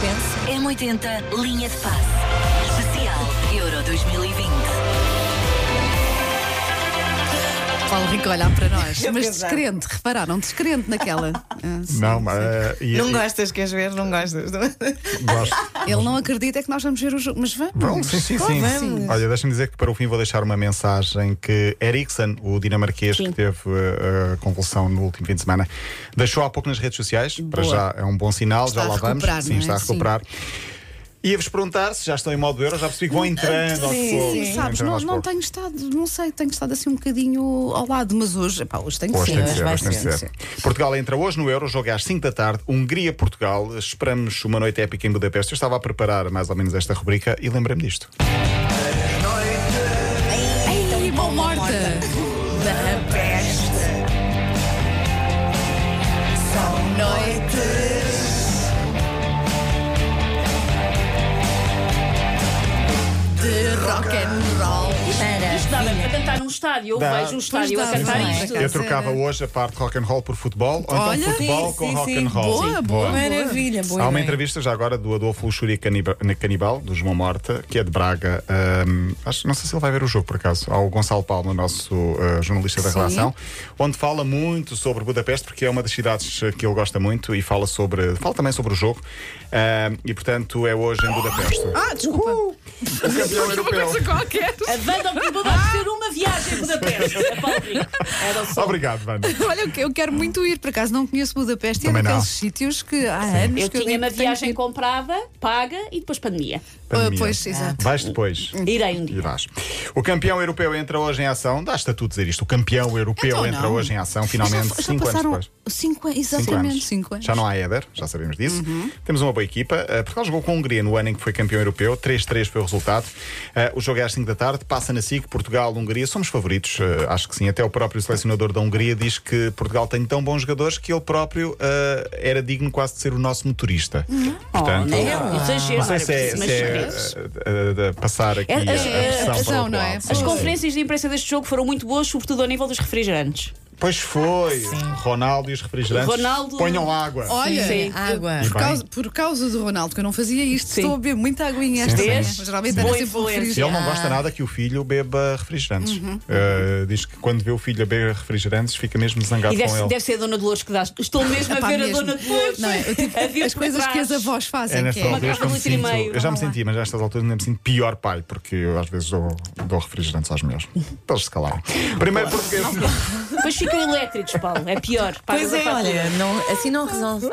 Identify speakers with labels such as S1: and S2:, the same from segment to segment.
S1: pensa.
S2: M80 Linha de Passe. Especial Euro 2020.
S1: Paulo Rico a olhar para
S3: É
S1: nós,
S4: Eu
S1: mas
S4: pensava.
S1: descrente, repararam, descrente naquela. Ah, sim,
S5: Não,
S1: sim.
S5: mas. eh, e-
S4: Não
S5: e-
S4: gostas, queres ver? Não gostas. não?
S5: Gosto.
S1: Ele não acredita é que nós vamos ver o jogo, mas vamos.
S5: Bom, sim, sim,
S1: claro
S5: sim.
S1: que
S4: vamos.
S5: Olha, deixa-me dizer que para o fim vou deixar uma mensagem que Eriksen, o dinamarquês que teve eh, a convulsão no último fim de semana, deixou há pouco nas redes sociais. Para
S1: Boa.
S5: já é um bom sinal,
S1: Está
S5: já lá
S1: a
S5: vamos.
S1: recuperar,
S5: Sim,
S1: não é?
S5: está a
S1: Sim.
S5: recuperar. Ia-vos perguntar se já estão em modo euro, já percebi que vão entrando aos
S4: Sim,
S5: poucos.
S4: sim.
S5: vão
S1: Sabes,
S5: entrando
S1: não,
S5: aos
S1: não
S5: poucos.
S1: tenho estado, não sei, tenho estado assim um bocadinho ao lado, mas hoje, pá, hoje tenho que
S5: Hoje
S1: ser.
S5: tem de ser,
S1: vai
S5: hoje tem de ser. Portugal entra hoje no Euro, o jogo é às 5 da tarde, Hungria-Portugal. Esperamos uma noite épica em Budapeste. Eu estava a preparar mais ou menos esta rubrica e lembrei-me disto.
S1: Ei, bom morta! Da peste! São noites! De rock and roll!
S2: Para
S3: Isto dá bem para cantar num estádio. Eu
S5: Dá.
S3: vejo um estádio
S1: Pois
S3: a
S1: dá,
S3: cantar
S1: pois dá.
S3: isto.
S1: Quer
S5: Eu trocava
S1: dizer,
S5: hoje a parte rock and roll por futebol, ou
S1: Olha,
S5: então futebol
S4: sim,
S5: com
S4: sim,
S5: rock
S4: sim.
S5: and roll.
S1: Boa, boa,
S4: Maravilha, boa
S5: Há uma
S4: ideia.
S5: entrevista já agora do Adolfo Luxúria Canibal, Canibal, do João Morta, que é de Braga. Ahm, acho, não sei se ele vai ver o jogo, por acaso. Ao Gonçalo Palma, nosso ah, jornalista da
S1: Sim.
S5: relação, onde fala muito sobre Budapeste, porque é uma das cidades ah, que ele gosta muito e fala sobre. Fala também sobre o jogo. Ahm, e, portanto, é hoje em Budapeste.
S1: Ah, desculpa!
S5: o campeão europeu.
S1: qualquer!
S3: Vandam Pimba vai ser uma viagem a Budapeste. A Paulo Rico. Era só.
S5: Obrigado, Vanda.
S1: Olha, eu- eu quero muito ir, por acaso não conheço Budapeste, e é
S5: Também não.
S1: daqueles sítios que há anos
S3: Eu
S1: que digo que
S3: tinha uma
S1: tenho que
S3: viagem
S1: ir.
S3: comprada, paga e depois pandemia.
S1: Ah,
S5: Pandemia.
S1: Pois, exato.
S5: Vais depois.
S3: Irei um
S5: E
S3: dia.
S5: vais. O campeão europeu entra hoje em ação. Dá estatuto dizer isto. O campeão europeu
S1: Então
S5: entra
S1: não.
S5: hoje em ação,
S1: Já,
S5: finalmente,
S1: já
S5: cinco anos
S1: passaram
S5: depois.
S1: cinco anos,
S5: Cinco
S1: exatamente,
S5: anos.
S1: cinco anos. Uhum.
S5: Já não há Éder, já sabemos disso. Temos uma boa equipa. Uh, Portugal jogou com a Hungria no ano em que foi campeão europeu. 3-3 foi o resultado. Uh, o jogo é às 5 da tarde. Passa na SIC. Portugal, Hungria. Somos favoritos. uh, acho que sim. Até o próprio selecionador da Hungria diz que Portugal tem tão bons jogadores que ele próprio uh, era digno quase de ser o nosso motorista.
S1: Uhum.
S5: Portanto,
S3: Oh, não. Exagero.
S5: não sei se é,
S3: mas
S5: se é,
S3: sim.
S5: uh, uh, uh, passar aqui
S3: É,
S5: a,
S3: é, é,
S5: a
S1: a
S5: pressão para o
S1: pressão,
S5: outro
S1: não é?
S5: lado.
S3: As conferências de imprensa deste jogo foram muito boas, sobretudo ao nível dos refrigerantes.
S5: Pois foi. Ronaldo e os refrigerantes.
S3: Ronaldo-
S5: Ponham água.
S1: Olha,
S3: Sim, sim.
S1: água.
S5: E
S1: Por
S5: bem.
S1: causa, por causa do Ronaldo, que eu não fazia isto,
S3: Sim.
S1: estou a beber muita aguinha esta
S5: sim.
S1: manhã.
S5: Sim.
S1: Mas geralmente era
S3: Boa
S1: sempre um
S3: influência.
S1: frio.
S5: Ele não gosta nada que o filho beba refrigerantes.
S3: Uhum.
S5: Uh, diz que quando vê o filho a beber refrigerantes fica mesmo zangado
S3: E
S5: com
S3: deve,
S5: ele.
S3: deve ser a Dona Dolores que dá. Estou mesmo a
S1: Epá,
S3: ver
S1: mesmo.
S3: a Dona Dolores.
S1: Não é? Eu, tipo,
S3: a vir
S1: as
S3: por
S1: coisas que
S3: trás.
S1: as avós fazem,
S5: É
S1: que
S5: nessa
S1: é.
S5: altura que eu me
S3: garrafa de litro
S5: sinto.
S3: e meio.
S5: Eu já me
S1: Vá lá.
S5: senti, mas nestas alturas ainda me sinto pior pai, porque eu às vezes dou, dou refrigerantes aos meus. Para eles se calarem. Primeiro português.
S3: Depois ficam elétricos, Paulo. É pior. Pagas
S4: Pois
S3: a
S4: é,
S3: fatura.
S4: olha, não- assim não resolve.
S5: Uh,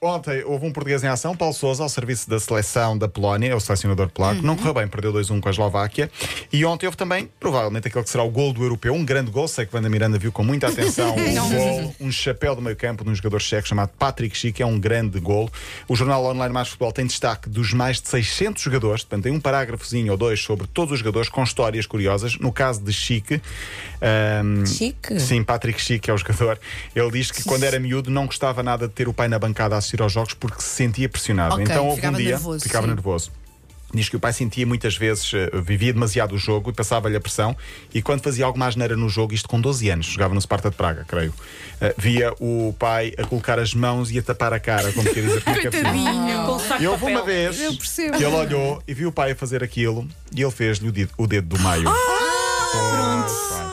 S5: ontem houve um português em ação, Paulo Souza, ao serviço da seleção da Polónia, é o selecionador polaco. Não correu bem, perdeu 2-1 com a Eslováquia. E ontem houve também, provavelmente, aquele que será o gol do europeu, um grande gol. Sei que Wanda Miranda viu com muita atenção um gol, um chapéu do meio-campo de um jogador checo chamado Patrick Schick. É um grande gol. O jornal online Mais Futebol tem destaque dos mais de 600 jogadores, portanto, tem um parágrafozinho ou dois sobre todos os jogadores com histórias curiosas. No caso de Schick. um,
S4: Chique.
S5: Sim, Patrick Schick é o jogador. Ele diz que quando era miúdo não gostava nada de ter o pai na bancada a assistir aos jogos porque se sentia pressionado.
S1: Ok,
S5: então houve um
S1: ficava
S5: dia
S1: nervoso,
S5: ficava
S1: sim.
S5: nervoso. Diz que o pai sentia muitas vezes, eh, vivia demasiado o jogo e passava-lhe a pressão. E quando fazia alguma asneira no jogo, isto com 12 anos, jogava no Sparta de Praga, creio, eh, via o pai a colocar as mãos e a tapar a cara, como quer dizer, como é que é possível.
S1: Tadinho.
S3: Com um saco
S5: E
S3: de
S5: houve uma
S3: papel.
S5: vez
S1: Eu
S5: que
S1: percebo.
S5: ele olhou e viu o pai a fazer aquilo e ele fez-lhe o dedo, o dedo do
S1: Ah!
S5: meio. Pronto.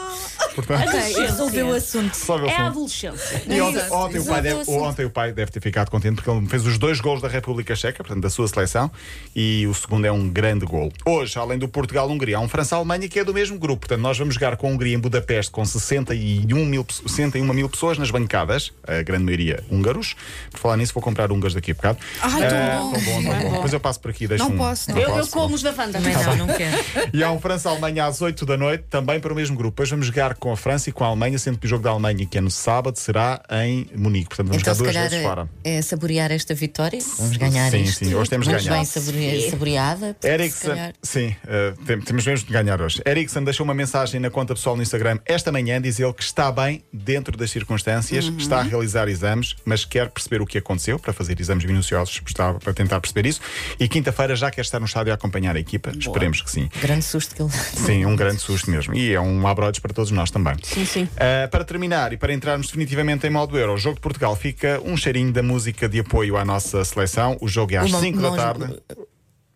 S5: Portanto,
S4: Ok, resolveu o assunto.
S5: só vê o
S3: É a
S5: fundo.
S3: É adolescência.
S5: E ontem,
S1: Exato,
S5: ontem o pai
S1: exato,
S5: deve,
S1: é o assunto.
S5: ontem o pai deve ter ficado contente porque ele fez os dois gols da República Checa, portanto, da sua seleção, e o segundo é um grande gol. Hoje, além do Portugal-Hungria, há um França-Alemanha que é do mesmo grupo. Portanto, nós vamos jogar com a Hungria em Budapeste com 61 mil, pe- 61 mil pessoas nas bancadas, a grande maioria húngaros. Por falar nisso, vou comprar húngaros daqui a bocado.
S1: Ai, tão
S5: Ah,
S1: bom.
S5: tão bom, tão bom. Depois eu passo por aqui e deixo
S1: Não
S5: um-
S1: posso, não.
S5: um
S3: Eu, eu
S5: próximo.
S3: como os da Wanda.
S4: Também não, não quero.
S5: E há um França-Alemanha às 8 da noite, também para o mesmo grupo. Depois vamos jogar com a França e com a Alemanha, sendo que o jogo da Alemanha, que é no sábado, será em Munique. Portanto, vamos
S6: Então,
S5: jogar
S6: se
S5: duas
S6: calhar,
S5: vezes fora.
S6: é saborear esta vitória. Vamos ganhar
S5: Sim,
S6: isto.
S5: sim, hoje temos de
S6: Muito
S5: ganhar.
S6: bem sabore- saboreada. porque se
S5: Ericsson,
S6: calhar-
S5: sim, eh, tem- temos mesmo de ganhar hoje. Ericsson deixou uma mensagem na conta pessoal no Instagram esta manhã, diz ele que está bem dentro das circunstâncias,
S6: Uhum.
S5: está a realizar exames, mas quer perceber o que aconteceu para fazer exames minuciosos, está- para tentar perceber isso. E quinta-feira já quer estar no estádio a acompanhar a equipa, esperemos que sim.
S6: Grande susto que ele.
S5: Sim, um grande susto mesmo. E é um abrodes para todos nós também. também.
S1: Sim, sim.
S5: Ah, para terminar e para entrarmos definitivamente em modo euro, o jogo de Portugal fica um cheirinho da música de apoio à nossa seleção. O jogo é às
S6: Uma-
S5: 5 da
S6: nós-
S5: tarde.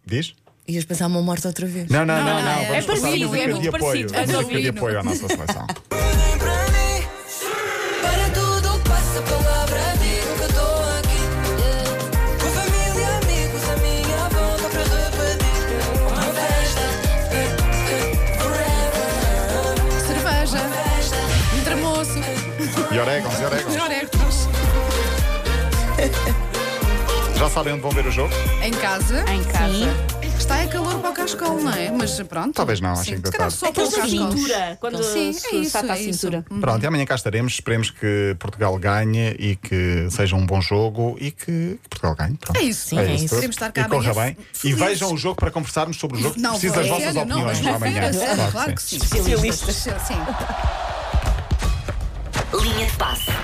S5: Diz?
S6: Ias passar uma morte outra vez.
S5: Não, não, não, não.
S1: não, é
S5: Vamos passar a
S3: parecido,
S5: música
S3: é muito
S5: de apoio.
S3: parecido,
S5: A
S3: mas
S5: música de
S3: ouvindo.
S5: apoio à nossa seleção.
S7: Olhem para mim, para tudo passa a palavra. Digo que eu estou aqui, com família e amigos à minha volta para repetir. Uma festa, eh, eh, forever.
S1: Cerveja,
S7: Festa,
S1: intramoço,
S5: E orégãos, e orégãos.
S1: orégãos.
S5: Já sabem onde vão ver o jogo?
S1: Em casa.
S3: Em casa.
S1: Está a calor para o cascol, não é? Mas pronto.
S5: Talvez não, às
S1: Sim,
S5: cinco da
S1: se calhar
S5: tarde.
S1: só para o
S3: Aqueles da
S1: cascol.
S3: Então cintura. Quando
S1: Sim,
S3: se
S1: é isso.
S3: salta a
S1: é isso.
S3: cintura.
S5: Pronto, e amanhã cá estaremos. Esperemos que Portugal ganhe e que seja um bom jogo e que, que Portugal ganhe. Pronto.
S1: É isso.
S6: Sim, é isso.
S5: tudo.
S1: Queremos estar cá
S5: e corra
S1: amanhã
S5: bem. E
S1: felizes.
S5: vejam o jogo para conversarmos sobre o jogo.
S1: Não,
S5: Preciso
S1: vou-
S5: das
S1: é
S5: vossas
S1: sério, não,
S5: opiniões
S1: mas vou ver,
S5: amanhã.
S1: é sério, Claro que sim.
S3: Especialistas.
S1: Sim.
S2: Linha de passe.